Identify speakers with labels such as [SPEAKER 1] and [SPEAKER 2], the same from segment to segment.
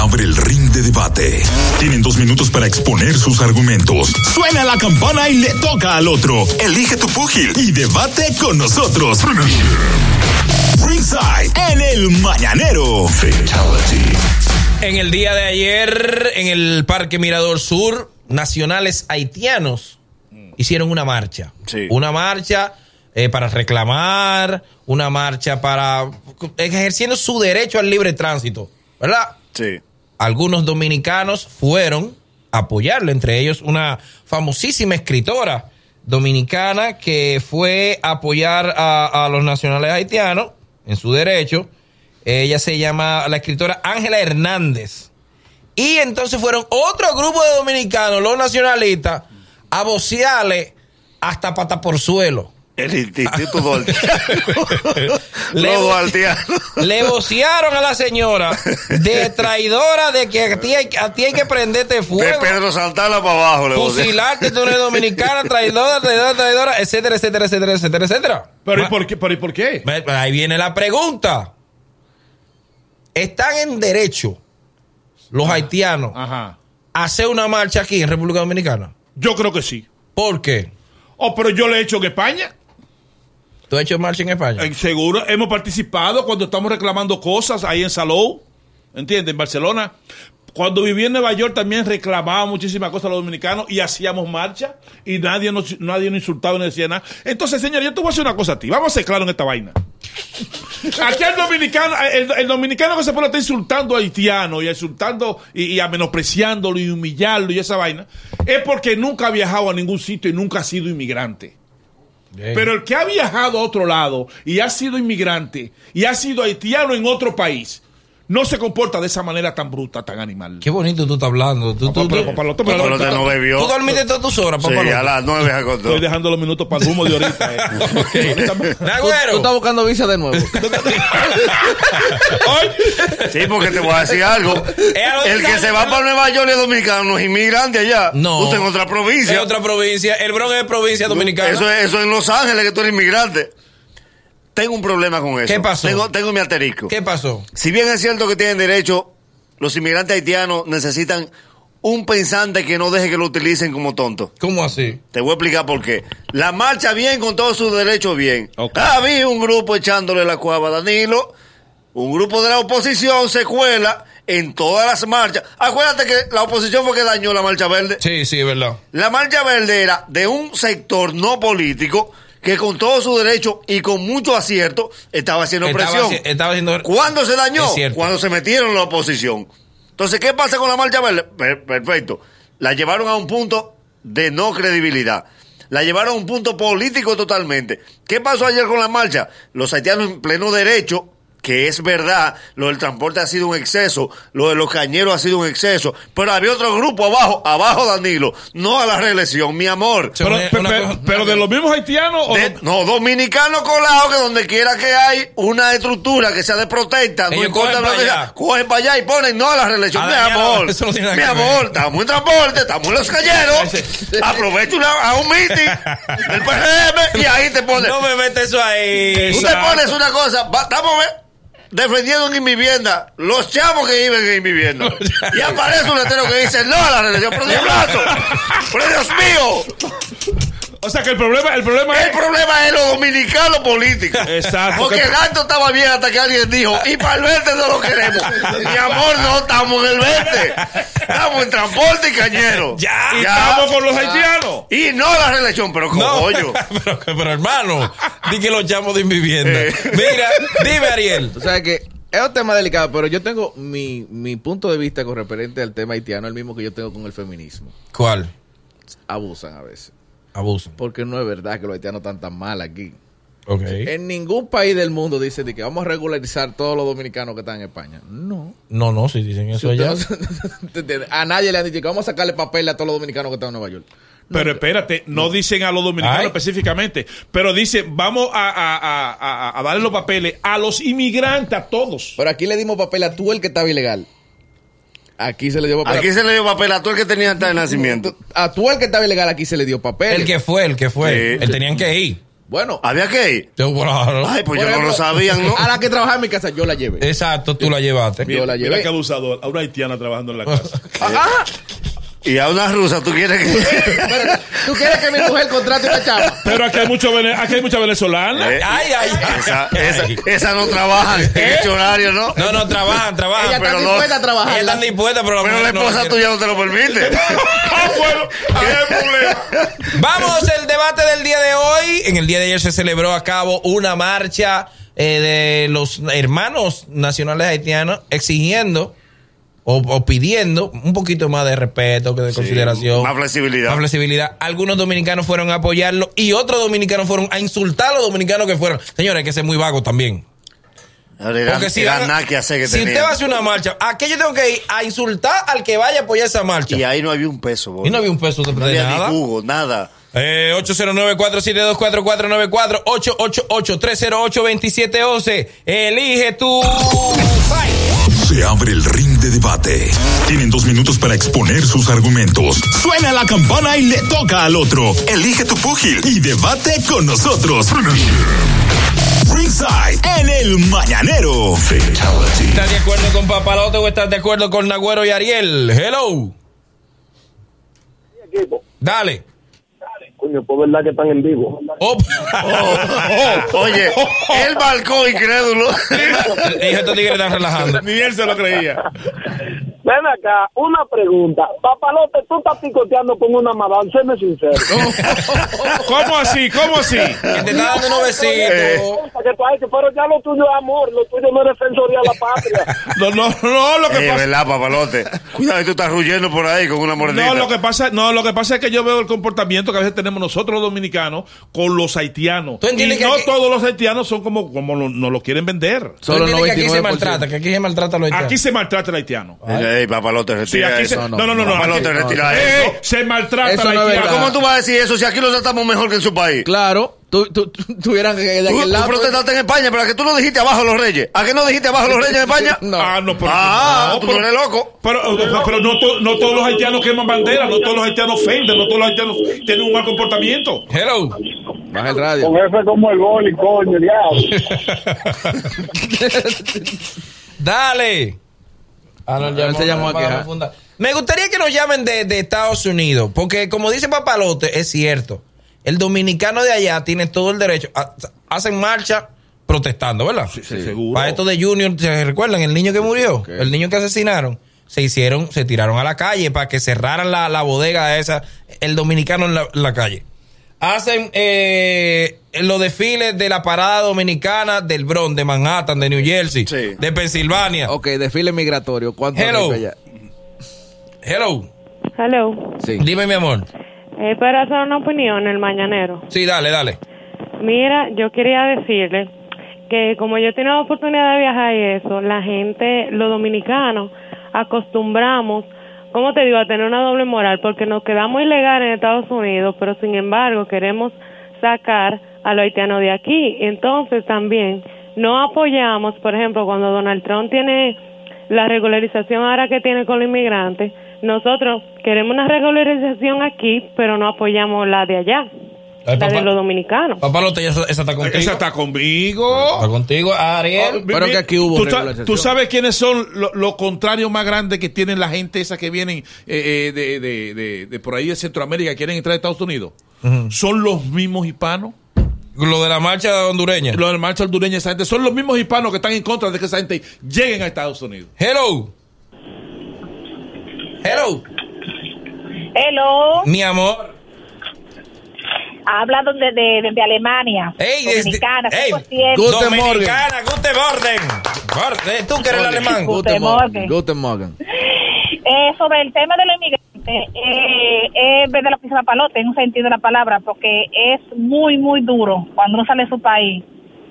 [SPEAKER 1] abre el ring de debate. Tienen dos minutos para exponer sus argumentos. Suena la campana y le toca al otro. Elige tu púgil y debate con nosotros. Ringside en el mañanero.
[SPEAKER 2] En el día de ayer, en el Parque Mirador Sur, nacionales haitianos hicieron una marcha.
[SPEAKER 3] Sí.
[SPEAKER 2] Una marcha eh, para reclamar, una marcha para ejerciendo su derecho al libre tránsito, ¿verdad?
[SPEAKER 3] Sí.
[SPEAKER 2] Algunos dominicanos fueron a apoyarlo, entre ellos una famosísima escritora dominicana que fue a apoyar a, a los nacionales haitianos en su derecho. Ella se llama la escritora Ángela Hernández. Y entonces fueron otro grupo de dominicanos, los nacionalistas, a vocearle hasta pata por suelo.
[SPEAKER 3] El Instituto Duarteano.
[SPEAKER 2] Le-
[SPEAKER 3] Los Duarteanos.
[SPEAKER 2] Le vocearon a la señora de traidora de que a ti hay, a ti hay que prenderte
[SPEAKER 3] De
[SPEAKER 2] fuego.
[SPEAKER 3] Pedro Santana para abajo. Le vocearon.
[SPEAKER 2] fusilarte, tú no eres dominicana, traidora, traidora, traidora, etcétera, etcétera, etcétera, etcétera, etcétera.
[SPEAKER 4] ¿Pero y
[SPEAKER 2] Ma-
[SPEAKER 4] por qué? ¿Pero y por qué?
[SPEAKER 2] Ve- pues, Ahí viene la pregunta. ¿Están en derecho los haitianos
[SPEAKER 4] Ajá.
[SPEAKER 2] a hacer una marcha aquí en República Dominicana?
[SPEAKER 4] Yo creo que sí.
[SPEAKER 2] ¿Por qué?
[SPEAKER 4] Oh, pero yo le he hecho en España.
[SPEAKER 2] ¿Tú has hecho marcha en España?
[SPEAKER 4] Eh, Seguro, hemos participado cuando estamos reclamando cosas ahí en Salou, ¿entiendes? En Barcelona. Cuando viví en Nueva York también reclamaba muchísimas cosas a los dominicanos y hacíamos marcha y nadie nos, nadie nos insultaba ni decía nada. Entonces, señor, yo te voy a hacer una cosa a ti. Vamos a ser claros en esta vaina. Aquí el dominicano, el, el dominicano que se pone está insultando a haitiano y insultando y, y a menospreciándolo y humillarlo y esa vaina, es porque nunca ha viajado a ningún sitio y nunca ha sido inmigrante.
[SPEAKER 2] Bien.
[SPEAKER 4] Pero el que ha viajado a otro lado y ha sido inmigrante y ha sido haitiano en otro país, no se comporta de esa manera tan bruta, tan animal.
[SPEAKER 2] Qué bonito tú estás hablando. Tú, tú,
[SPEAKER 4] Pero,
[SPEAKER 2] tú-
[SPEAKER 4] papalote,
[SPEAKER 3] Pero
[SPEAKER 4] papalote,
[SPEAKER 3] usted no bebió.
[SPEAKER 2] tú dormiste todas tus horas, papá.
[SPEAKER 3] Sí, a las nueve se acostó.
[SPEAKER 4] Estoy dejando los minutos para el humo de ahorita. eh. Ahorita me-
[SPEAKER 2] Nagüero.
[SPEAKER 5] Tú estás buscando visa de nuevo.
[SPEAKER 4] Ay.
[SPEAKER 3] Sí, porque te voy a decir algo. El que se va para Nueva York es dominicano, no es inmigrante allá.
[SPEAKER 2] No.
[SPEAKER 3] Usted en otra provincia.
[SPEAKER 2] Es otra provincia. El Bronx es provincia dominicana.
[SPEAKER 3] Eso es eso es en Los Ángeles que tú eres inmigrante. Tengo un problema con eso.
[SPEAKER 2] ¿Qué pasó?
[SPEAKER 3] Tengo, tengo mi asterisco.
[SPEAKER 2] ¿Qué pasó?
[SPEAKER 3] Si bien es cierto que tienen derecho, los inmigrantes haitianos necesitan un pensante que no deje que lo utilicen como tonto.
[SPEAKER 2] ¿Cómo así?
[SPEAKER 3] Te voy a explicar por qué. La marcha bien con todos sus derechos bien.
[SPEAKER 4] Ok.
[SPEAKER 3] Había un grupo echándole la cuava a Danilo. Un grupo de la oposición se cuela en todas las marchas. Acuérdate que la oposición fue que dañó la marcha verde.
[SPEAKER 2] Sí, sí, es verdad.
[SPEAKER 3] La marcha verde era de un sector no político que con todos sus derechos y con mucho acierto estaba haciendo
[SPEAKER 2] Estaba
[SPEAKER 3] presión.
[SPEAKER 2] haci- estaba haciendo-
[SPEAKER 3] ¿Cuándo se dañó?
[SPEAKER 2] Es cierto.
[SPEAKER 3] Cuando se metieron la oposición. Entonces, ¿qué pasa con la marcha verde? Per- perfecto. La llevaron a un punto de no credibilidad. La llevaron a un punto político totalmente. ¿Qué pasó ayer con la marcha? Los haitianos en pleno derecho, que es verdad, lo del transporte ha sido un exceso, lo de los cañeros ha sido un exceso, pero había otro grupo abajo, abajo Danilo, no a la reelección, mi amor.
[SPEAKER 2] Sí,
[SPEAKER 4] Pero,
[SPEAKER 2] Una-
[SPEAKER 4] pe-
[SPEAKER 2] una
[SPEAKER 4] pe-
[SPEAKER 2] cosa-
[SPEAKER 4] pero de los mismos haitianos o
[SPEAKER 3] De- no, dominicano colado, que donde quiera que hay una estructura que sea de protesta, no
[SPEAKER 2] Ellos
[SPEAKER 3] importa
[SPEAKER 2] cogen
[SPEAKER 3] lo
[SPEAKER 2] pa'
[SPEAKER 3] que sea,
[SPEAKER 2] allá.
[SPEAKER 3] cogen para allá y ponen no a la reelección.
[SPEAKER 2] A
[SPEAKER 3] Mi
[SPEAKER 2] dañar,
[SPEAKER 3] amor,
[SPEAKER 2] eso no tiene nada
[SPEAKER 3] mi
[SPEAKER 2] que ver.
[SPEAKER 3] amor, estamos en transporte, estamos en los calleros, aprovecha una, a un meeting del PRM y ahí te pones.
[SPEAKER 2] No me metes eso ahí.
[SPEAKER 3] Tú te pones una cosa, va- estamos ve- defendiendo en mi vivienda los chavos que viven en mi vivienda. Y aparece un letrero que dice no a la reelección, pero Dios mío, pero Dios mío,
[SPEAKER 4] O sea que el problema, el problema
[SPEAKER 3] el
[SPEAKER 4] es.
[SPEAKER 3] problema es los dominicanos políticos.
[SPEAKER 4] Exacto.
[SPEAKER 3] Porque el acto estaba bien hasta que alguien dijo, y para el verde no lo queremos. Mi amor, no estamos en el verde. Estamos en transporte y cañero.
[SPEAKER 2] Ya,
[SPEAKER 4] y
[SPEAKER 3] Ya.
[SPEAKER 4] estamos con los haitianos.
[SPEAKER 3] Y no la reelección, pero con
[SPEAKER 2] No,
[SPEAKER 3] hoyo.
[SPEAKER 2] pero, pero hermano, di que los llamo de mi vivienda.
[SPEAKER 3] Eh.
[SPEAKER 2] Mira, dime Ariel.
[SPEAKER 5] O sea que es un tema delicado, pero yo tengo mi, mi punto de vista con referente al tema haitiano, el mismo que yo tengo con el feminismo.
[SPEAKER 2] ¿Cuál?
[SPEAKER 5] Abusan a veces.
[SPEAKER 2] Abuso.
[SPEAKER 5] Porque no es verdad que los haitianos están tan mal aquí.
[SPEAKER 2] Ok.
[SPEAKER 5] En ningún país del mundo dice de que vamos a regularizar todos los dominicanos que están en España. No.
[SPEAKER 2] No, no, si dicen
[SPEAKER 5] Si
[SPEAKER 2] eso allá.
[SPEAKER 5] usted no- ¿Te entiendes? a nadie le han dicho que vamos a sacarle papel a todos los dominicanos que están en Nueva York.
[SPEAKER 4] Pero espérate, no dicen a los dominicanos
[SPEAKER 2] Ay.
[SPEAKER 4] específicamente, pero dicen, vamos a, a- a- a- a darle los papeles a los inmigrantes, a todos.
[SPEAKER 5] Pero aquí le dimos papel a tú el que estaba ilegal. Aquí se le dio papel.
[SPEAKER 3] Aquí se le dio papel a todo el que tenía hasta el
[SPEAKER 5] a,
[SPEAKER 3] nacimiento.
[SPEAKER 5] a tú el que estaba ilegal, aquí se le dio papel.
[SPEAKER 2] El que fue, el que fue.
[SPEAKER 3] Sí.
[SPEAKER 2] El tenían que ir.
[SPEAKER 5] Bueno,
[SPEAKER 3] Había que ir.
[SPEAKER 2] Yo, claro.
[SPEAKER 3] Ay, Ah, pues
[SPEAKER 5] por
[SPEAKER 3] yo no
[SPEAKER 5] ejemplo,
[SPEAKER 3] lo sabían, ¿no?
[SPEAKER 5] A la que trabajaba en mi casa, yo la
[SPEAKER 2] Eh,
[SPEAKER 5] llevé.
[SPEAKER 2] Exacto, tú la llevaste.
[SPEAKER 5] Yo la
[SPEAKER 4] Mira
[SPEAKER 5] llevé.
[SPEAKER 4] qué abusador. A una haitiana trabajando en la casa.
[SPEAKER 3] eh.
[SPEAKER 5] Ajá.
[SPEAKER 3] Y a una rusa, ¿tú quieres que.?
[SPEAKER 5] Pero, ¿Tú quieres que mi mujer contrate una chava?
[SPEAKER 4] Pero aquí hay, mucho, vene- aquí hay mucha venezolana.
[SPEAKER 3] Eh,
[SPEAKER 2] Ay, ay, ay.
[SPEAKER 3] Esa, esa, esa no trabaja en
[SPEAKER 4] ¿Eh?
[SPEAKER 3] ese horario, ¿no?
[SPEAKER 2] No, no, trabajan, trabajan.
[SPEAKER 5] Ella
[SPEAKER 2] Ah, pero-
[SPEAKER 3] pero
[SPEAKER 5] está
[SPEAKER 3] no.
[SPEAKER 5] dispuesta a trabajar.
[SPEAKER 2] Ellas están dispuestas, pero la
[SPEAKER 3] Pero
[SPEAKER 2] mujer no
[SPEAKER 3] la esposa
[SPEAKER 2] quiere.
[SPEAKER 3] tuya no te lo permite.
[SPEAKER 4] Ah, bueno, ahí hay problema.
[SPEAKER 2] Vamos, el debate del día de hoy. En el día de ayer se celebró a cabo una marcha eh, de los hermanos nacionales haitianos exigiendo o, o pidiendo un poquito más de respeto, que de consideración.
[SPEAKER 3] Más flexibilidad.
[SPEAKER 2] Más flexibilidad. Algunos dominicanos fueron a apoyarlo y otros dominicanos fueron a insultar a los dominicanos que fueron. Señores, hay que ser muy vagos también.
[SPEAKER 3] Ahora, era-
[SPEAKER 2] Porque si,
[SPEAKER 3] era
[SPEAKER 2] van-
[SPEAKER 3] nada que hacer que
[SPEAKER 2] si
[SPEAKER 3] tenía.
[SPEAKER 2] usted va a hacer una marcha, ¿a qué yo tengo que ir? A insultar al que vaya a apoyar esa marcha.
[SPEAKER 3] Y ahí no había un peso, boy.
[SPEAKER 2] Y no había un peso de,
[SPEAKER 3] No
[SPEAKER 2] de
[SPEAKER 3] había
[SPEAKER 2] nada.
[SPEAKER 3] ni jugo, nada.
[SPEAKER 2] Eh, 809-472-4494, 888-308-2711. Elige tu fight.
[SPEAKER 1] Se abre el ring de debate. Tienen dos minutos para exponer sus argumentos. Suena la campana y le toca al otro. Elige tu púgil y debate con nosotros. Ringside en el mañanero.
[SPEAKER 2] ¿Estás de acuerdo con Papalote o estás de acuerdo con Nagüero y Ariel? Hello.
[SPEAKER 6] equipo.
[SPEAKER 2] Dale.
[SPEAKER 6] Coño, pues verdad que están en vivo.
[SPEAKER 2] Op.
[SPEAKER 3] Oye, el balcón incrédulo.
[SPEAKER 2] Dijo, estos tigres están relajando.
[SPEAKER 4] Ni él se lo creía.
[SPEAKER 6] Ven acá, una pregunta. Papalote, tú estás picoteando con una madame, séme sincero.
[SPEAKER 4] ¿Cómo así? ¿Cómo así?
[SPEAKER 2] Que te está dando unos
[SPEAKER 6] Eh,
[SPEAKER 2] besitos.
[SPEAKER 6] Que tú has hecho, pero ya lo tuyo es amor, lo tuyo no es defensoría de la patria.
[SPEAKER 4] No, no, no, lo que
[SPEAKER 3] Eh,
[SPEAKER 4] pasa.
[SPEAKER 3] ¿verdad, papalote? Cuidado, que tú estás ruyendo por ahí con una mordida. Eh,
[SPEAKER 4] No, lo que pasa, no, lo que pasa es que yo veo el comportamiento que a veces tenemos nosotros los dominicanos con los haitianos.
[SPEAKER 2] ¿Tú
[SPEAKER 4] Y
[SPEAKER 2] entiendes que
[SPEAKER 4] no
[SPEAKER 2] aquí-
[SPEAKER 4] todos los haitianos son como, como lo- nos lo quieren vender.
[SPEAKER 2] Solo
[SPEAKER 5] Solo
[SPEAKER 2] que aquí se
[SPEAKER 5] 99%.
[SPEAKER 2] maltrata, que aquí se maltrata a los
[SPEAKER 4] Aquí
[SPEAKER 2] haitianos.
[SPEAKER 4] se maltrata el haitiano.
[SPEAKER 3] Ey, papalote,
[SPEAKER 4] Sí,
[SPEAKER 3] retira
[SPEAKER 4] aquí se...
[SPEAKER 3] eso.
[SPEAKER 4] No, no, no, no.
[SPEAKER 3] Papalote,
[SPEAKER 4] aquí-
[SPEAKER 3] retira
[SPEAKER 4] Ey,
[SPEAKER 3] eso.
[SPEAKER 4] se maltrata
[SPEAKER 5] Eso
[SPEAKER 4] el
[SPEAKER 5] no es
[SPEAKER 4] haitiano.
[SPEAKER 5] verdad.
[SPEAKER 3] ¿Cómo tú vas a decir eso si aquí lo tratamos mejor que en su país?
[SPEAKER 5] Claro, tú, tú, tú, tú eras de
[SPEAKER 3] Tú,
[SPEAKER 5] aquel
[SPEAKER 3] tú
[SPEAKER 5] lado.
[SPEAKER 3] protestaste en España, pero que tú no dijiste abajo los reyes. ¿A qué no dijiste abajo los reyes en España?
[SPEAKER 5] No.
[SPEAKER 4] Ah, no, pero,
[SPEAKER 3] Ah,
[SPEAKER 4] no,
[SPEAKER 3] tú no eres loco.
[SPEAKER 4] pero, pero- pero no, to- no todos los haitianos queman bandera, no todos los haitianos ofenden, no todos los haitianos tienen un mal comportamiento.
[SPEAKER 2] Hello.
[SPEAKER 5] eh, Baja el radio.
[SPEAKER 6] Con F como el gol y coño, ya.
[SPEAKER 2] Dale. Ah, no,
[SPEAKER 5] Él se llamó a
[SPEAKER 2] para
[SPEAKER 5] quejar.
[SPEAKER 2] profunda. Me gustaría que nos llamen de, de Estados Unidos, porque como dice Papalote, es cierto. El dominicano de allá tiene todo el derecho. a- Hacen marcha protestando, ¿verdad?
[SPEAKER 4] seguro.
[SPEAKER 2] Para esto de Junior, ¿se recuerdan? El niño que murió, el niño que asesinaron, se hicieron, se tiraron a la calle para que cerraran la, la bodega esa, el dominicano en la, en la calle. Hacen eh, los desfiles de la parada dominicana del Bronx, de Manhattan, de New Jersey,
[SPEAKER 3] Sí.
[SPEAKER 2] de Pensilvania.
[SPEAKER 5] Ok, desfile migratorio. ¿Cuánto
[SPEAKER 2] Hello.
[SPEAKER 5] hay allá?
[SPEAKER 2] Hello,
[SPEAKER 7] Hello.
[SPEAKER 5] Sí.
[SPEAKER 2] dime mi amor.
[SPEAKER 7] Eh, para hacer una opinión, el mañanero.
[SPEAKER 2] Sí, dale, dale.
[SPEAKER 7] Mira, yo quería decirle que como yo he tenido la oportunidad de viajar y eso, la gente, los dominicanos, acostumbramos, como te digo, a tener una doble moral, porque nos quedamos ilegales en Estados Unidos, pero sin embargo queremos sacar a los haitianos de aquí. Entonces también no apoyamos, por ejemplo, cuando Donald Trump tiene la regularización ahora que tiene con los inmigrantes, nosotros queremos una regularización aquí, pero no apoyamos la de allá,
[SPEAKER 2] Ay,
[SPEAKER 7] la
[SPEAKER 2] papá.
[SPEAKER 7] de los dominicanos.
[SPEAKER 2] Papá Lote, esa, esa está contigo.
[SPEAKER 4] Esa está conmigo.
[SPEAKER 2] Está contigo, Ariel.
[SPEAKER 5] Pero que aquí hubo
[SPEAKER 4] ¿Tú, sa-
[SPEAKER 5] regularización.
[SPEAKER 4] tú sabes quiénes son los contrarios más grandes que tienen la gente esa que vienen eh, eh, de, de- de- de por ahí de Centroamérica, que quieren entrar a Estados Unidos? Son los mismos hispanos.
[SPEAKER 2] Lo de la marcha hondureña.
[SPEAKER 4] Los del marcha hondureña, esa gente, son los mismos hispanos que están en contra de que esa gente lleguen a Estados Unidos.
[SPEAKER 2] Hello. Hello.
[SPEAKER 8] Hello,
[SPEAKER 2] Mi amor.
[SPEAKER 8] habla donde de, de- de Alemania,
[SPEAKER 2] Ey, desde-
[SPEAKER 8] dominicana,
[SPEAKER 2] ey,
[SPEAKER 8] 100%.
[SPEAKER 5] Guten
[SPEAKER 2] Dominicana, Guten Morgen. Bor- eh, Tú que eres el alemán.
[SPEAKER 8] Guten Morgen.
[SPEAKER 5] Guten Morgen.
[SPEAKER 8] Eh, sobre el tema de los inmigrantes, eh, es verdad lo que dice la palota, en un sentido de la palabra, porque es muy, muy duro cuando uno sale de su país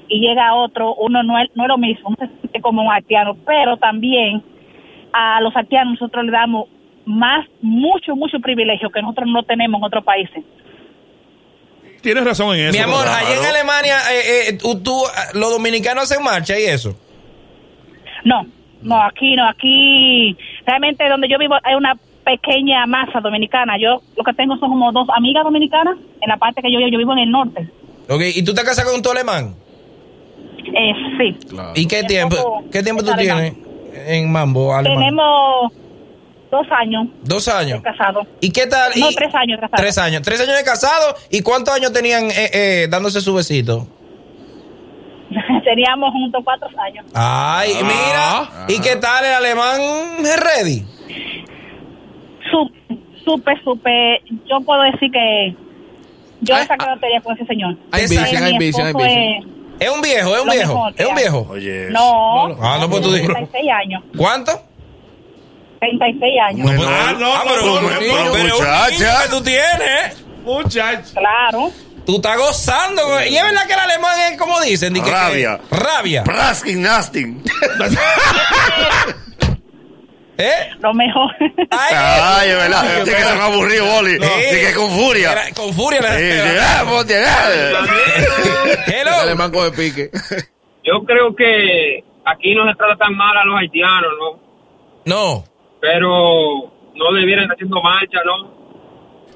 [SPEAKER 8] y llega a otro, uno no es, no es lo mismo, uno se siente como un haitiano, pero también a los haitianos nosotros le damos más, mucho, mucho privilegio que nosotros no tenemos en otros países.
[SPEAKER 4] Tienes razón en eso. Ah,
[SPEAKER 2] Mi amor,
[SPEAKER 4] Rosa.
[SPEAKER 2] allá en Alemania, eh, eh, tú, tú, eh, los dominicanos hacen marcha y eso.
[SPEAKER 8] No, no, aquí no, aquí realmente donde yo vivo hay una pequeña masa dominicana. Yo lo que tengo son como dos amigas dominicanas en la parte que yo vivo, yo vivo en el norte.
[SPEAKER 2] Ok, ¿y tú te casas con tu alemán?
[SPEAKER 8] Eh, sí.
[SPEAKER 5] Claro.
[SPEAKER 2] ¿Y qué
[SPEAKER 8] Mi
[SPEAKER 2] tiempo,
[SPEAKER 8] esposo
[SPEAKER 2] qué tiempo
[SPEAKER 8] es
[SPEAKER 2] tú tienes
[SPEAKER 8] alemán.
[SPEAKER 2] en mambo alemán?
[SPEAKER 8] Tenemos dos años
[SPEAKER 2] Dos años.
[SPEAKER 8] casados.
[SPEAKER 2] ¿Y qué tal?
[SPEAKER 8] No,
[SPEAKER 2] y-
[SPEAKER 8] tres años casados.
[SPEAKER 2] Tres años. Tres años de casado. ¿Y cuántos años tenían eh, eh, dándose su besito?
[SPEAKER 8] Teníamos juntos cuatro años.
[SPEAKER 2] Ay,
[SPEAKER 3] Ah.
[SPEAKER 2] mira. ¿Y qué tal el alemán ready?
[SPEAKER 8] Su- Súper, súper. Yo puedo decir que yo esa quedatoria con ese señor.
[SPEAKER 5] Hay
[SPEAKER 8] Eh,
[SPEAKER 5] visión, hay
[SPEAKER 8] mi
[SPEAKER 5] visión, hay
[SPEAKER 8] esposo
[SPEAKER 5] visión.
[SPEAKER 8] es-
[SPEAKER 2] Es un viejo, es un
[SPEAKER 8] Lo
[SPEAKER 2] viejo.
[SPEAKER 8] mejor que
[SPEAKER 2] es un
[SPEAKER 8] hay.
[SPEAKER 2] viejo.
[SPEAKER 3] Oye.
[SPEAKER 8] No,
[SPEAKER 2] Ah, no, pues tú dices.
[SPEAKER 8] 36 años.
[SPEAKER 2] ¿Cuánto?
[SPEAKER 8] 36 años.
[SPEAKER 3] Bueno,
[SPEAKER 4] Ah, no,
[SPEAKER 2] Ah, pero,
[SPEAKER 4] no, no,
[SPEAKER 2] pero-
[SPEAKER 4] no,
[SPEAKER 2] pero es un
[SPEAKER 3] muchacha.
[SPEAKER 2] niño que tú tienes. ¿eh?
[SPEAKER 4] Muchachos.
[SPEAKER 8] Claro.
[SPEAKER 2] Tú estás gozando. güey. Y es verdad que el alemán es como dicen. di que-
[SPEAKER 3] Rabia.
[SPEAKER 2] que- rabia.
[SPEAKER 3] Praskin Nastin.
[SPEAKER 2] ¿Eh?
[SPEAKER 8] Lo mejor.
[SPEAKER 2] Ay,
[SPEAKER 3] Ay, es verdad. Tiene que ser aburrido, Boli.
[SPEAKER 2] No.
[SPEAKER 3] Dice que con furia.
[SPEAKER 2] era- con furia.
[SPEAKER 3] Sí,
[SPEAKER 2] la-
[SPEAKER 3] sí, ah, ponte, ah.
[SPEAKER 5] El
[SPEAKER 2] Hello.
[SPEAKER 5] alemán coge pique.
[SPEAKER 9] Yo creo que aquí no se tratan mal a los haitianos, ¿no?
[SPEAKER 2] No.
[SPEAKER 9] Pero no debieran estar haciendo marcha, ¿no?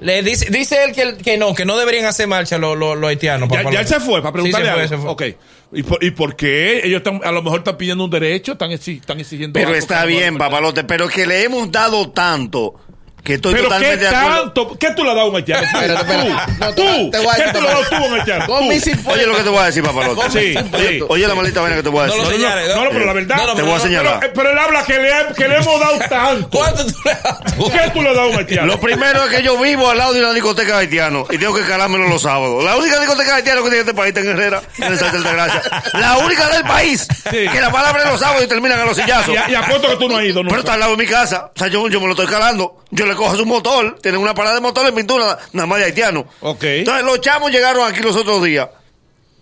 [SPEAKER 2] Le dice, dice él que, que no, que no deberían hacer marcha los los- los haitianos.
[SPEAKER 4] Ya,
[SPEAKER 2] papá.
[SPEAKER 4] ya él se fue para preguntarle
[SPEAKER 2] Sí, se fue,
[SPEAKER 4] algo.
[SPEAKER 2] se fue.
[SPEAKER 4] Ok. ¿Y por, y por qué? Ellos están, a lo mejor están pidiendo un derecho, están, exi- están exigiendo.
[SPEAKER 3] Pero
[SPEAKER 4] algo
[SPEAKER 3] está
[SPEAKER 4] que no
[SPEAKER 3] bien,
[SPEAKER 4] pueden-
[SPEAKER 3] papalote. Pero que le hemos dado tanto que estoy
[SPEAKER 4] Pero ¿qué
[SPEAKER 3] totalmente de acuerdo.
[SPEAKER 4] tanto? ¿Qué tú le has dado a un haitiano? Tú,
[SPEAKER 5] Espérate, espérate. No,
[SPEAKER 4] tú,
[SPEAKER 5] te- te voy a
[SPEAKER 4] ¿Qué
[SPEAKER 5] decir,
[SPEAKER 4] tú le has dado
[SPEAKER 5] papá.
[SPEAKER 4] tú a un haitiano?
[SPEAKER 5] Con
[SPEAKER 4] Tú.
[SPEAKER 5] mi sin fuerza.
[SPEAKER 3] Oye lo que te voy a decir, papalote.
[SPEAKER 4] Sí, sí.
[SPEAKER 3] Oye la maldita vaina que te voy a
[SPEAKER 2] No lo
[SPEAKER 3] decir.
[SPEAKER 4] No,
[SPEAKER 2] señales,
[SPEAKER 4] no, no, pero la verdad.
[SPEAKER 2] No, no,
[SPEAKER 3] Te voy a
[SPEAKER 2] pero-
[SPEAKER 3] señalar.
[SPEAKER 4] Pero, pero él habla que le, que le hemos dado tanto.
[SPEAKER 2] ¿Cuánto tú le das tú?
[SPEAKER 4] ¿Qué tú le has dado a un haitiano?
[SPEAKER 3] Lo primero es que yo vivo al lado de una discoteca de haitiano y tengo que calármelo los sábados. La única discoteca de haitiano que tiene este país está en Herrera, en el Salto de Altagracia. La única del país
[SPEAKER 4] Sí.
[SPEAKER 3] que la palabra los sábados y terminan a los sillazos.
[SPEAKER 4] Y, a- y apuesto que tú no has ido
[SPEAKER 3] Pero está
[SPEAKER 4] nunca.
[SPEAKER 3] al lado de mi casa. O sea, yo, yo me lo estoy calando. Yo le cojo su motor. Tienen una parada de motor en pintura, nada más de haitiano.
[SPEAKER 4] Ok.
[SPEAKER 3] Entonces, los chamos llegaron aquí los otros días.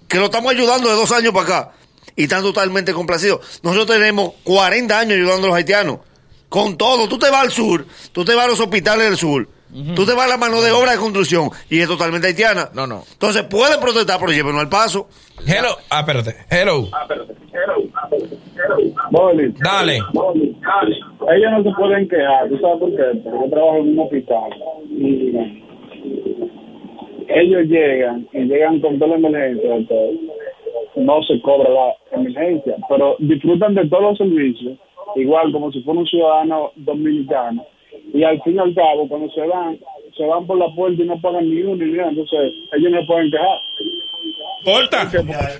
[SPEAKER 3] Que lo estamos ayudando de dos años para acá. Y están totalmente complacidos. Nosotros tenemos 40 años ayudando a los haitianos. Con todo. Tú te vas al sur. Tú te vas a los hospitales del sur. Tú te vas a la mano de obra de construcción. Y es totalmente haitiana.
[SPEAKER 5] No, no.
[SPEAKER 3] Entonces, pueden protestar, pero llévenlo al paso.
[SPEAKER 2] Hello. Ah, espérate. Hello.
[SPEAKER 6] Boli,
[SPEAKER 2] Dale.
[SPEAKER 6] Boli. Ellos no se pueden quejar, ¿tú sabes por qué? Porque yo trabajo en un hospital y ellos llegan y llegan con toda la emergencia, entonces, no se cobra la emergencia, pero disfrutan de todos los servicios, igual como si fuera un ciudadano dominicano, y al fin y al cabo, cuando se van, se van por la puerta y no pagan ni uno ni nada, entonces ellos no pueden quejar.
[SPEAKER 4] Corta.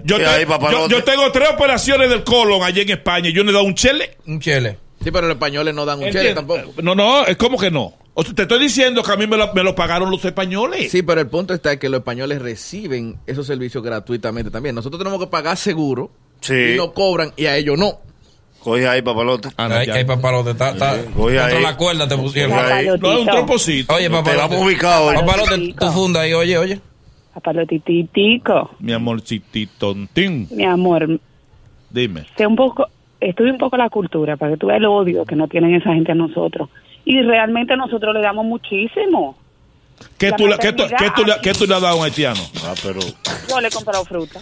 [SPEAKER 4] Yo,
[SPEAKER 3] Y
[SPEAKER 4] te-
[SPEAKER 3] ahí, papalote.
[SPEAKER 4] yo- yo tengo tres operaciones del colon allí en España. y Yo no he dado un chele.
[SPEAKER 2] Un chele.
[SPEAKER 5] Sí, pero los españoles no dan un chile
[SPEAKER 4] ¿Entiendes?
[SPEAKER 5] tampoco.
[SPEAKER 4] No, no, es como que no. O sea, te estoy diciendo que a mí me lo, me lo pagaron los españoles.
[SPEAKER 5] Sí, pero el punto está que los españoles reciben esos servicios gratuitamente también. Nosotros tenemos que pagar seguro
[SPEAKER 3] Sí.
[SPEAKER 5] y no cobran y a ellos no.
[SPEAKER 3] Coge ahí, papalote.
[SPEAKER 4] Ah, no,
[SPEAKER 2] ay,
[SPEAKER 4] ya.
[SPEAKER 2] ay, papalote. Está, está,
[SPEAKER 3] Eh, Voy
[SPEAKER 2] contra
[SPEAKER 3] ahí.
[SPEAKER 2] la cuerda te pusieron.
[SPEAKER 3] Voy ahí.
[SPEAKER 4] No, es un tromposito.
[SPEAKER 2] Oye,
[SPEAKER 3] Te vamos
[SPEAKER 2] papalote.
[SPEAKER 3] ubicado hoy.
[SPEAKER 2] Papalote, tu funda ahí. Oye, oye.
[SPEAKER 7] Papalotititico,
[SPEAKER 4] Mi amorcitito, tin,
[SPEAKER 7] mi amor,
[SPEAKER 4] dime.
[SPEAKER 7] sé un poco, estudia un poco la cultura para que tú veas el odio que no tienen esa gente a nosotros. Y realmente nosotros le damos muchísimo.
[SPEAKER 4] ¿Qué
[SPEAKER 7] La
[SPEAKER 4] tú, le- qué tú-
[SPEAKER 7] maternidad
[SPEAKER 4] qué tú le-
[SPEAKER 7] aquí.
[SPEAKER 4] qué tú le has dado a un haitiano?
[SPEAKER 3] Ah, pero...
[SPEAKER 7] Yo le he comprado fruta.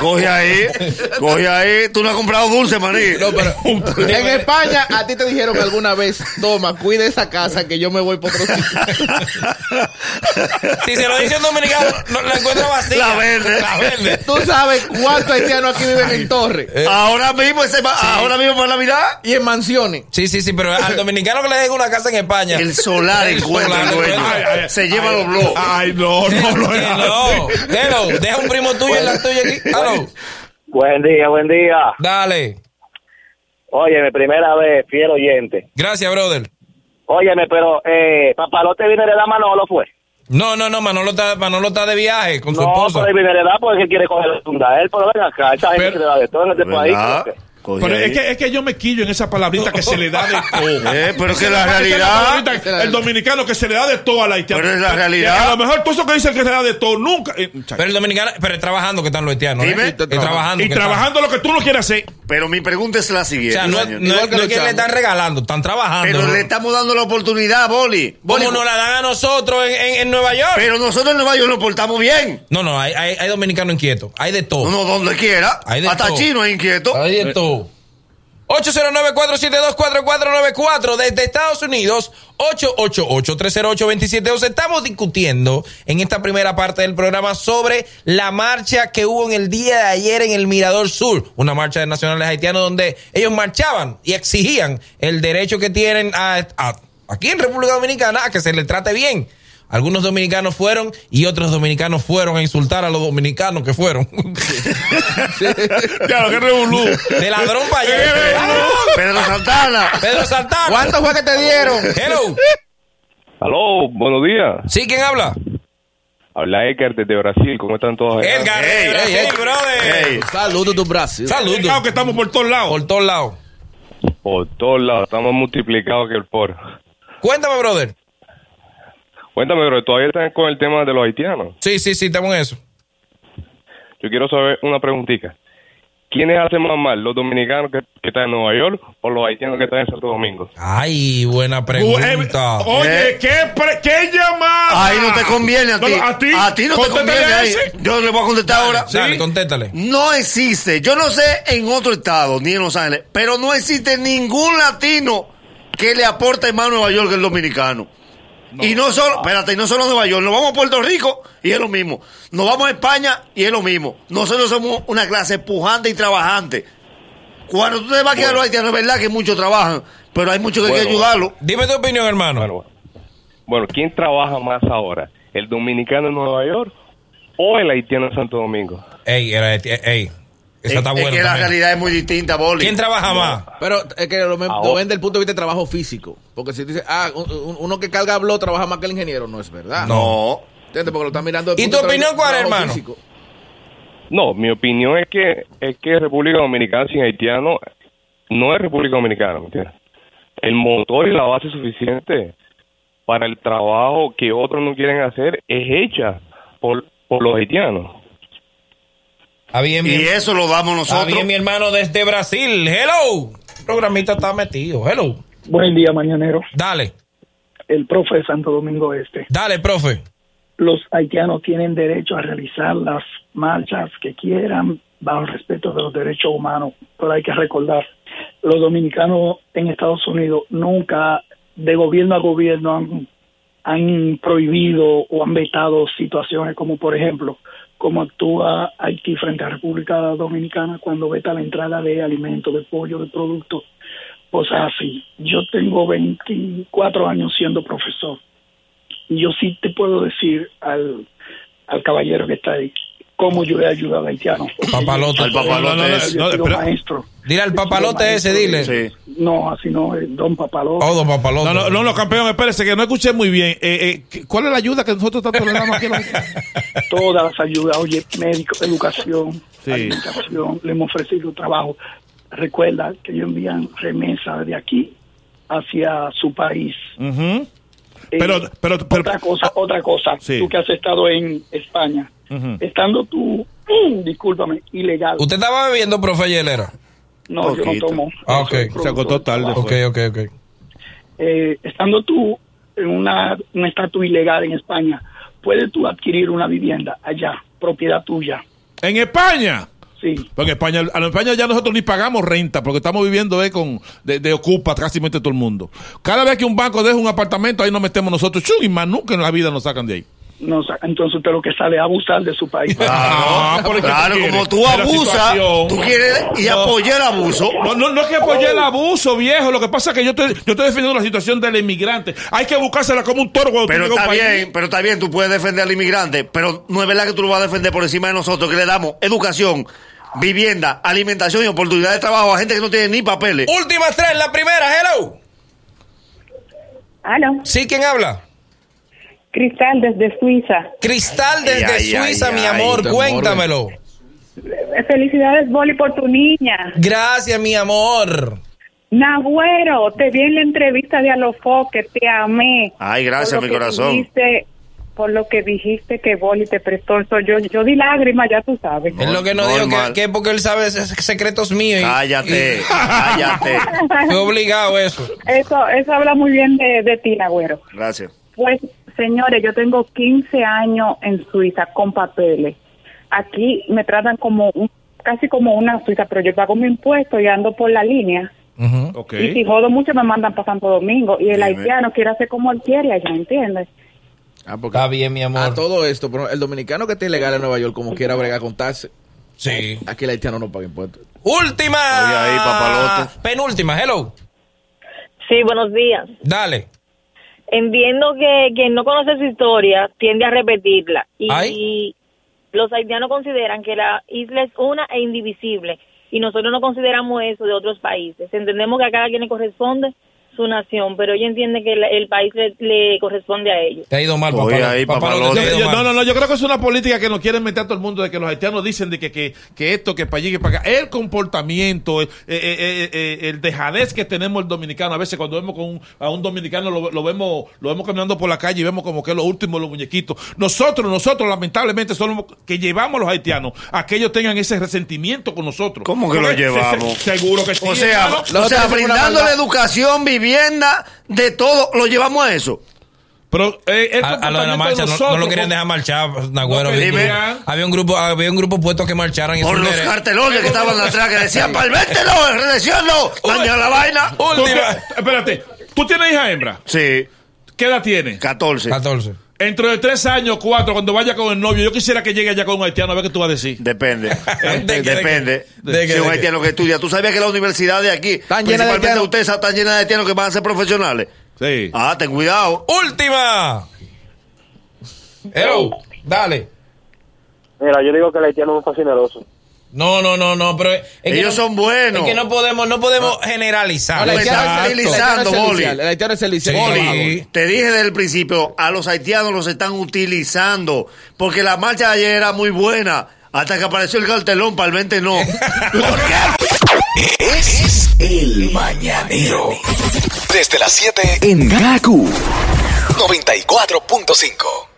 [SPEAKER 3] Coge ahí, coge ahí. Tú no has comprado dulce, maní.
[SPEAKER 5] No, pero en España a ti te dijeron alguna vez, toma, cuida esa casa que yo me voy por otro sitio.
[SPEAKER 2] Si se lo dice un dominicano, no, la encuentra vacía.
[SPEAKER 3] La verde.
[SPEAKER 2] La verde.
[SPEAKER 5] Tú sabes cuántos haitianos aquí viven en torres
[SPEAKER 3] Eh. Ahora mismo, ese va- ahora mismo para Navidad,
[SPEAKER 5] y en mansiones.
[SPEAKER 2] Sí, sí, sí, pero al dominicano que le den una casa en España.
[SPEAKER 3] el solar
[SPEAKER 2] El
[SPEAKER 3] encuentra
[SPEAKER 2] solar
[SPEAKER 3] el dueño.
[SPEAKER 2] encuentra.
[SPEAKER 4] Ay, ay,
[SPEAKER 3] Se
[SPEAKER 4] ay,
[SPEAKER 3] lleva
[SPEAKER 4] ay,
[SPEAKER 3] los blogs.
[SPEAKER 4] Ay, no, no, no.
[SPEAKER 2] Hello. Hello. Deja un primo tuyo en la tuya aquí. Hello.
[SPEAKER 6] Buen día, buen día.
[SPEAKER 2] Dale.
[SPEAKER 6] Oye, mi primera vez, fiel oyente.
[SPEAKER 2] Gracias, brother.
[SPEAKER 6] Óyeme, pero eh, Papalote viene de la Manolo, fue.
[SPEAKER 2] No, no, no, Manolo está, Manolo está de viaje con su esposa.
[SPEAKER 6] pero viene de edad porque él quiere coger la funda a él, pero ven acá, esa gente
[SPEAKER 4] Pero-
[SPEAKER 6] se le da de todo en este
[SPEAKER 3] ¿Verdad?
[SPEAKER 6] país.
[SPEAKER 3] Coge
[SPEAKER 4] Pero
[SPEAKER 3] ahí.
[SPEAKER 4] es que, es que yo me quillo en esa palabrita que se le da de todo.
[SPEAKER 3] Eh,
[SPEAKER 2] uh.
[SPEAKER 3] pero
[SPEAKER 4] Esa
[SPEAKER 3] que
[SPEAKER 4] es
[SPEAKER 3] la
[SPEAKER 4] esa es
[SPEAKER 3] realidad-
[SPEAKER 4] palabrita, el dominicano que se le da de todo al haitiano.
[SPEAKER 3] Pero es la
[SPEAKER 4] Y
[SPEAKER 3] realidad.
[SPEAKER 4] A lo mejor todo eso que dicen que se le da de todo nunca. eh, muchacho.
[SPEAKER 2] Pero el dominicano, pero es trabajando que están los haitianos. ¿eh?
[SPEAKER 3] Dime.
[SPEAKER 2] Es trabajando.
[SPEAKER 4] y
[SPEAKER 2] que
[SPEAKER 4] trabajando lo que tú no quieres hacer.
[SPEAKER 3] Pero mi pregunta es la siguiente.
[SPEAKER 2] están- O sea, no,
[SPEAKER 3] señor.
[SPEAKER 2] no-
[SPEAKER 5] Igual que
[SPEAKER 2] no es
[SPEAKER 5] los
[SPEAKER 2] que le
[SPEAKER 5] chamos.
[SPEAKER 2] están regalando, están trabajando.
[SPEAKER 3] pero
[SPEAKER 2] ¿no?
[SPEAKER 3] le estamos dando la oportunidad a Boli. Boli,
[SPEAKER 2] ¿Cómo nos la dan a nosotros en, en- en Nueva York?
[SPEAKER 3] Pero nosotros en Nueva York nos portamos bien.
[SPEAKER 2] no, no, hay, hay, hay dominicanos inquietos. Hay de todo.
[SPEAKER 3] Uno donde quiera.
[SPEAKER 2] Hay de
[SPEAKER 3] Hasta
[SPEAKER 2] todo.
[SPEAKER 3] chino es inquieto.
[SPEAKER 2] Hay de todo. 809-472-4494 desde Estados Unidos, 888-308-2712. Estamos discutiendo en esta primera parte del programa sobre la marcha que hubo en el día de ayer en el Mirador Sur, una marcha de nacionales haitianos donde ellos marchaban y exigían el derecho que tienen a- a- aquí en República Dominicana a que se les trate bien. Algunos dominicanos fueron y otros dominicanos fueron a insultar a los dominicanos que fueron.
[SPEAKER 4] Claro, qué revolú.
[SPEAKER 2] De ladrón para allá.
[SPEAKER 3] Pedro Santana.
[SPEAKER 2] Pedro Santana.
[SPEAKER 5] ¿Cuánto fue que te dieron?
[SPEAKER 2] Hello.
[SPEAKER 10] Aló, buenos días.
[SPEAKER 2] Sí, ¿quién habla?
[SPEAKER 10] Habla Edgar desde Brasil. ¿Cómo están todos? allá?
[SPEAKER 2] Edgar.
[SPEAKER 3] Ey,
[SPEAKER 2] Brasil,
[SPEAKER 5] ey, ey.
[SPEAKER 2] brother.
[SPEAKER 3] Ey,
[SPEAKER 5] Saludos tu Brasil.
[SPEAKER 4] Claro
[SPEAKER 2] Saludos.
[SPEAKER 4] que estamos por todos lados.
[SPEAKER 2] Por todos lados.
[SPEAKER 10] Por todos lados. Estamos multiplicados que el por.
[SPEAKER 2] Cuéntame, brother.
[SPEAKER 10] Cuéntame, pero todavía están con el tema de los haitianos.
[SPEAKER 2] Sí, sí, sí, estamos en eso.
[SPEAKER 10] Yo quiero saber una preguntita. ¿Quiénes hacen más mal? ¿Los dominicanos que, que están en Nueva York o los haitianos que están en Santo Domingo?
[SPEAKER 2] Ay, buena pregunta.
[SPEAKER 4] Eh, Oye,
[SPEAKER 3] Eh.
[SPEAKER 4] ¿qué, pre- qué llamada?
[SPEAKER 3] Ahí no te conviene a ti.
[SPEAKER 4] No, no, a ti.
[SPEAKER 3] no te
[SPEAKER 4] Contéstale
[SPEAKER 3] conviene.
[SPEAKER 4] a
[SPEAKER 3] ahí.
[SPEAKER 4] ese.
[SPEAKER 3] Yo le voy a contestar ahora.
[SPEAKER 2] Dale,
[SPEAKER 4] sí.
[SPEAKER 2] contéstale.
[SPEAKER 3] No existe, yo no sé en otro estado, ni en Los Ángeles, pero no existe ningún latino que le aporte más a Nueva York que el dominicano. Y no solo, espérate, y no solo a Nueva York, nos vamos a Puerto Rico y es lo mismo. Nos vamos a España y es lo mismo. Nosotros somos una clase pujante y trabajante. Cuando tú te vas a quedar los haitianos, es verdad que muchos trabajan, pero hay muchos que hay que
[SPEAKER 10] Bueno.
[SPEAKER 3] ayudarlo.
[SPEAKER 2] Dime tu opinión, hermano.
[SPEAKER 10] Bueno, bueno. Bueno, ¿quién trabaja más ahora? ¿El dominicano en Nueva York o el haitiano en Santo Domingo?
[SPEAKER 2] Ey, era de ti- ey, esa está
[SPEAKER 3] Es-
[SPEAKER 2] buena.
[SPEAKER 3] es que la
[SPEAKER 2] también.
[SPEAKER 3] realidad es muy distinta, Boli.
[SPEAKER 2] ¿Quién trabaja más?
[SPEAKER 5] Pero es que lo, ven-
[SPEAKER 10] Ah,
[SPEAKER 5] lo
[SPEAKER 10] oh.
[SPEAKER 5] ven del punto de vista de trabajo físico. Porque si dice, ah, un- un- uno que carga blog trabaja más que el ingeniero, no es verdad.
[SPEAKER 3] No.
[SPEAKER 5] ¿Entiendes? Porque lo están mirando. del
[SPEAKER 2] ¿Y
[SPEAKER 5] punto
[SPEAKER 2] tu
[SPEAKER 5] de
[SPEAKER 2] opinión
[SPEAKER 5] trabajo
[SPEAKER 2] cuál es, hermano?
[SPEAKER 5] físico.
[SPEAKER 10] No, mi opinión es que es que República Dominicana sin haitiano no es República Dominicana, ¿me entiendes? El motor y la base suficiente para el trabajo que otros no quieren hacer es hecha por, por los haitianos.
[SPEAKER 2] Está bien, mi,
[SPEAKER 3] Y eso lo damos
[SPEAKER 2] está
[SPEAKER 3] nosotros.
[SPEAKER 2] bien, mi hermano desde Brasil. Hello. El programita está metido. Hello.
[SPEAKER 6] Buen día, mañanero.
[SPEAKER 2] Dale,
[SPEAKER 6] El profe de Santo Domingo Este.
[SPEAKER 2] dale, profe.
[SPEAKER 6] Los haitianos tienen derecho a realizar las marchas que quieran bajo el respeto de los derechos humanos, pero hay que recordar, los dominicanos en Estados Unidos nunca, de gobierno a gobierno, han, han prohibido o han vetado situaciones como, por ejemplo, cómo actúa Haití frente a República Dominicana cuando veta la entrada de alimentos, de pollo, de productos cosas así. Yo tengo 24 años siendo profesor. Y yo sí te puedo decir al, al caballero que está ahí cómo yo he ayudado a haitianos.
[SPEAKER 2] Papalote.
[SPEAKER 3] Al papalote
[SPEAKER 6] Yo he
[SPEAKER 3] ese.
[SPEAKER 6] sido
[SPEAKER 4] No, espera.
[SPEAKER 6] maestro.
[SPEAKER 2] Dile al
[SPEAKER 6] Yo he sido
[SPEAKER 2] papalote
[SPEAKER 6] maestro
[SPEAKER 2] ese, dile.
[SPEAKER 3] Sí.
[SPEAKER 6] No, así no, eh, don papalote.
[SPEAKER 2] Todo papalote.
[SPEAKER 4] No, no, no, no, campeón, espérese, que no escuché muy bien. Eh, eh, ¿Cuál es la ayuda que nosotros tanto le damos aquí a los haitianos?
[SPEAKER 6] todas las ayudas, oye, médico, educación,
[SPEAKER 4] Sí.
[SPEAKER 6] alimentación, le hemos ofrecido trabajo. Recuerda que ellos envían remesas de aquí hacia su país.
[SPEAKER 4] Ujú.
[SPEAKER 6] Eh,
[SPEAKER 4] Pero- pero- pero-
[SPEAKER 6] otra cosa, otra cosa.
[SPEAKER 4] Sí.
[SPEAKER 6] Tú que has estado en España,
[SPEAKER 4] Ujú.
[SPEAKER 6] estando tú, discúlpame, ilegal.
[SPEAKER 2] ¿Usted estaba bebiendo, profe, ayer era?
[SPEAKER 6] no, yo no
[SPEAKER 3] Poquito.
[SPEAKER 6] tomo.
[SPEAKER 2] Ah,
[SPEAKER 6] Yo
[SPEAKER 2] ok.
[SPEAKER 6] soy
[SPEAKER 2] Se
[SPEAKER 6] productor
[SPEAKER 4] acostó
[SPEAKER 6] de
[SPEAKER 4] tarde.
[SPEAKER 6] trabajo.
[SPEAKER 2] Ok, ok, ok.
[SPEAKER 6] Eh, estando tú en una, un estatus ilegal en España, puedes tú adquirir una vivienda allá, propiedad tuya.
[SPEAKER 4] En España.
[SPEAKER 6] Sí.
[SPEAKER 4] Porque España, a la España ya nosotros ni pagamos renta, porque estamos viviendo eh, con, de, de ocupa casi todo el mundo. Cada vez que un banco deja un apartamento, ahí nos metemos nosotros, chun, y más nunca en la vida nos sacan de ahí.
[SPEAKER 6] no sa- entonces usted lo que sale es abusar de su país.
[SPEAKER 4] Ah,
[SPEAKER 3] Claro,
[SPEAKER 4] pero ¿qué tú
[SPEAKER 3] claro,
[SPEAKER 4] quieres?
[SPEAKER 3] como tú
[SPEAKER 4] Pero
[SPEAKER 3] abusas,
[SPEAKER 4] situación.
[SPEAKER 3] tú quieres y
[SPEAKER 4] No.
[SPEAKER 3] apoyar el abuso.
[SPEAKER 4] No, no, no es que apoyé el abuso, viejo. Lo que pasa es que yo estoy, yo estoy defendiendo la situación del inmigrante. Hay que buscársela como un toro cuando tú
[SPEAKER 3] Pero
[SPEAKER 4] llegas a
[SPEAKER 3] está
[SPEAKER 4] un país.
[SPEAKER 3] bien, pero está bien, tú puedes defender al inmigrante, pero no es verdad que tú lo vas a defender por encima de nosotros, que le damos educación, vivienda, alimentación y oportunidad de trabajo a gente que no tiene ni papeles.
[SPEAKER 2] Últimas tres, la primera, hello.
[SPEAKER 8] Aló,
[SPEAKER 2] Sí, ¿quién habla?
[SPEAKER 8] Cristal desde Suiza.
[SPEAKER 2] Cristal desde
[SPEAKER 3] Ay, ay,
[SPEAKER 2] Suiza,
[SPEAKER 3] ay,
[SPEAKER 2] mi
[SPEAKER 3] ay,
[SPEAKER 2] amor,
[SPEAKER 5] te
[SPEAKER 2] cuéntamelo.
[SPEAKER 8] Eh, Felicidades, Boli, por tu niña.
[SPEAKER 2] Gracias, mi amor.
[SPEAKER 8] Nagüero, te vi en la entrevista de Alofo, que te amé.
[SPEAKER 3] Ay, gracias,
[SPEAKER 8] Por lo
[SPEAKER 3] mi
[SPEAKER 8] que
[SPEAKER 3] corazón.
[SPEAKER 8] dijiste- por lo que dijiste que Boli te prestó el sol. Yo, yo di lágrimas, ya tú sabes.
[SPEAKER 2] es lo que no dijo que,
[SPEAKER 3] normal.
[SPEAKER 2] que porque él sabe esos secretos míos. y-
[SPEAKER 3] Cállate, cállate.
[SPEAKER 2] y fue obligado eso.
[SPEAKER 8] Eso, eso habla muy bien de, de ti, Nagüero.
[SPEAKER 3] Gracias.
[SPEAKER 8] Pues, señores, yo tengo 15 años en Suiza con papeles. Aquí me tratan como un- casi como una suiza, pero yo pago mi impuesto y ando por la línea.
[SPEAKER 4] Ok.
[SPEAKER 8] Y si jodo mucho me mandan para Santo Domingo. Y el
[SPEAKER 3] Dime.
[SPEAKER 8] haitiano quiere hacer como él quiere allá, ¿entiendes?
[SPEAKER 5] Ah, porque
[SPEAKER 2] Está bien, mi
[SPEAKER 5] a
[SPEAKER 2] amor.
[SPEAKER 5] todo esto, pero el dominicano que está ilegal en Nueva York, como quiera bregar con taxes,
[SPEAKER 2] Sí.
[SPEAKER 5] aquí el haitiano no paga impuestos.
[SPEAKER 2] Última.
[SPEAKER 3] Oye, ahí, papalote.
[SPEAKER 2] Penúltima, hello.
[SPEAKER 7] Sí, buenos días.
[SPEAKER 2] Dale.
[SPEAKER 7] Entiendo que quien no conoce su historia tiende a repetirla. Y,
[SPEAKER 2] Ay.
[SPEAKER 7] y los haitianos consideran que la isla es una e indivisible. Y nosotros no consideramos eso de otros países. Entendemos que a cada quien le corresponde su nación, pero ellos entienden que la- el país le, le corresponde a ellos.
[SPEAKER 2] Te ha ido mal,
[SPEAKER 3] Oye,
[SPEAKER 2] papalote.
[SPEAKER 3] ahí,
[SPEAKER 2] Papalote, te ha
[SPEAKER 4] Yo-
[SPEAKER 2] ido
[SPEAKER 4] yo-
[SPEAKER 2] mal.
[SPEAKER 4] no, no, no, yo creo que es una política que nos quieren meter a todo el mundo de que los haitianos dicen de que, que, que esto, que para allí, que para acá. El comportamiento, el, eh, eh, eh, eh, el dejadez que tenemos el dominicano, a veces cuando vemos con un- a un dominicano lo, lo vemos lo vemos caminando por la calle y vemos como que es lo último de los muñequitos. Nosotros, nosotros lamentablemente somos los que llevamos a los haitianos a que ellos tengan ese resentimiento con nosotros.
[SPEAKER 3] ¿Cómo que lo
[SPEAKER 4] Porque se-
[SPEAKER 3] llevamos?
[SPEAKER 4] se- seguro que sí.
[SPEAKER 3] O sea,
[SPEAKER 4] hermano.
[SPEAKER 3] o sea
[SPEAKER 5] hacemos una
[SPEAKER 3] brindándole
[SPEAKER 5] maldad.
[SPEAKER 3] educación, vivienda, de todo, lo llevamos a eso.
[SPEAKER 4] pero eh, el
[SPEAKER 2] A, a lo de la
[SPEAKER 4] comportamiento
[SPEAKER 2] marcha, no- no,
[SPEAKER 4] nosotros
[SPEAKER 2] lo querían
[SPEAKER 4] con-
[SPEAKER 2] dejar marchar, Nagüero.
[SPEAKER 4] No
[SPEAKER 2] Había-
[SPEAKER 4] querían.
[SPEAKER 2] había un grupo, había un grupo puesto que marcharan. y
[SPEAKER 3] Por
[SPEAKER 2] eso
[SPEAKER 3] los
[SPEAKER 2] era-
[SPEAKER 3] cartelones que estaban atrás que decían, ¡Palvételo, reeleccionlo! ¡Daña la vaina!
[SPEAKER 4] Tú que-
[SPEAKER 2] Última.
[SPEAKER 4] espérate, ¿tú tienes hija hembra?
[SPEAKER 3] Sí,
[SPEAKER 4] ¿Qué edad tiene?
[SPEAKER 3] 14.
[SPEAKER 2] 14.
[SPEAKER 4] Dentro de tres años, cuatro, cuando vaya con el novio, yo quisiera que llegue allá con un haitiano a ver qué tú vas a decir.
[SPEAKER 3] Depende.
[SPEAKER 2] ¿De qué,
[SPEAKER 3] Depende.
[SPEAKER 2] de qué? ¿De qué,
[SPEAKER 3] Si
[SPEAKER 2] de
[SPEAKER 3] un
[SPEAKER 2] qué?
[SPEAKER 3] haitiano que estudia. Tú sabías que las universidades aquí,
[SPEAKER 5] Están llenas de
[SPEAKER 3] principalmente
[SPEAKER 5] haitianos.
[SPEAKER 3] ustedes, están llenas de haitianos que van a ser profesionales.
[SPEAKER 4] Sí.
[SPEAKER 3] Ah, ten cuidado.
[SPEAKER 2] Última. Hello. Dale.
[SPEAKER 6] Mira, yo digo que el haitiano es un fascineroso.
[SPEAKER 2] No, no, no, no, pero es que
[SPEAKER 3] Ellos
[SPEAKER 2] no-
[SPEAKER 3] son buenos. Ah.
[SPEAKER 2] Es que no podemos, no podemos generalizar.
[SPEAKER 5] El haitiano es- el haitiano es
[SPEAKER 3] Exacto.
[SPEAKER 5] el
[SPEAKER 3] Boli.
[SPEAKER 5] inicial, el haitiano es el inicial.
[SPEAKER 3] Oli, te dije desde el principio, a los haitianos los están utilizando, porque la marcha de ayer era muy buena, hasta que apareció el cartelón, para el 20 no.
[SPEAKER 1] Es el mañanero. Desde las 7 en Gaku 94.5.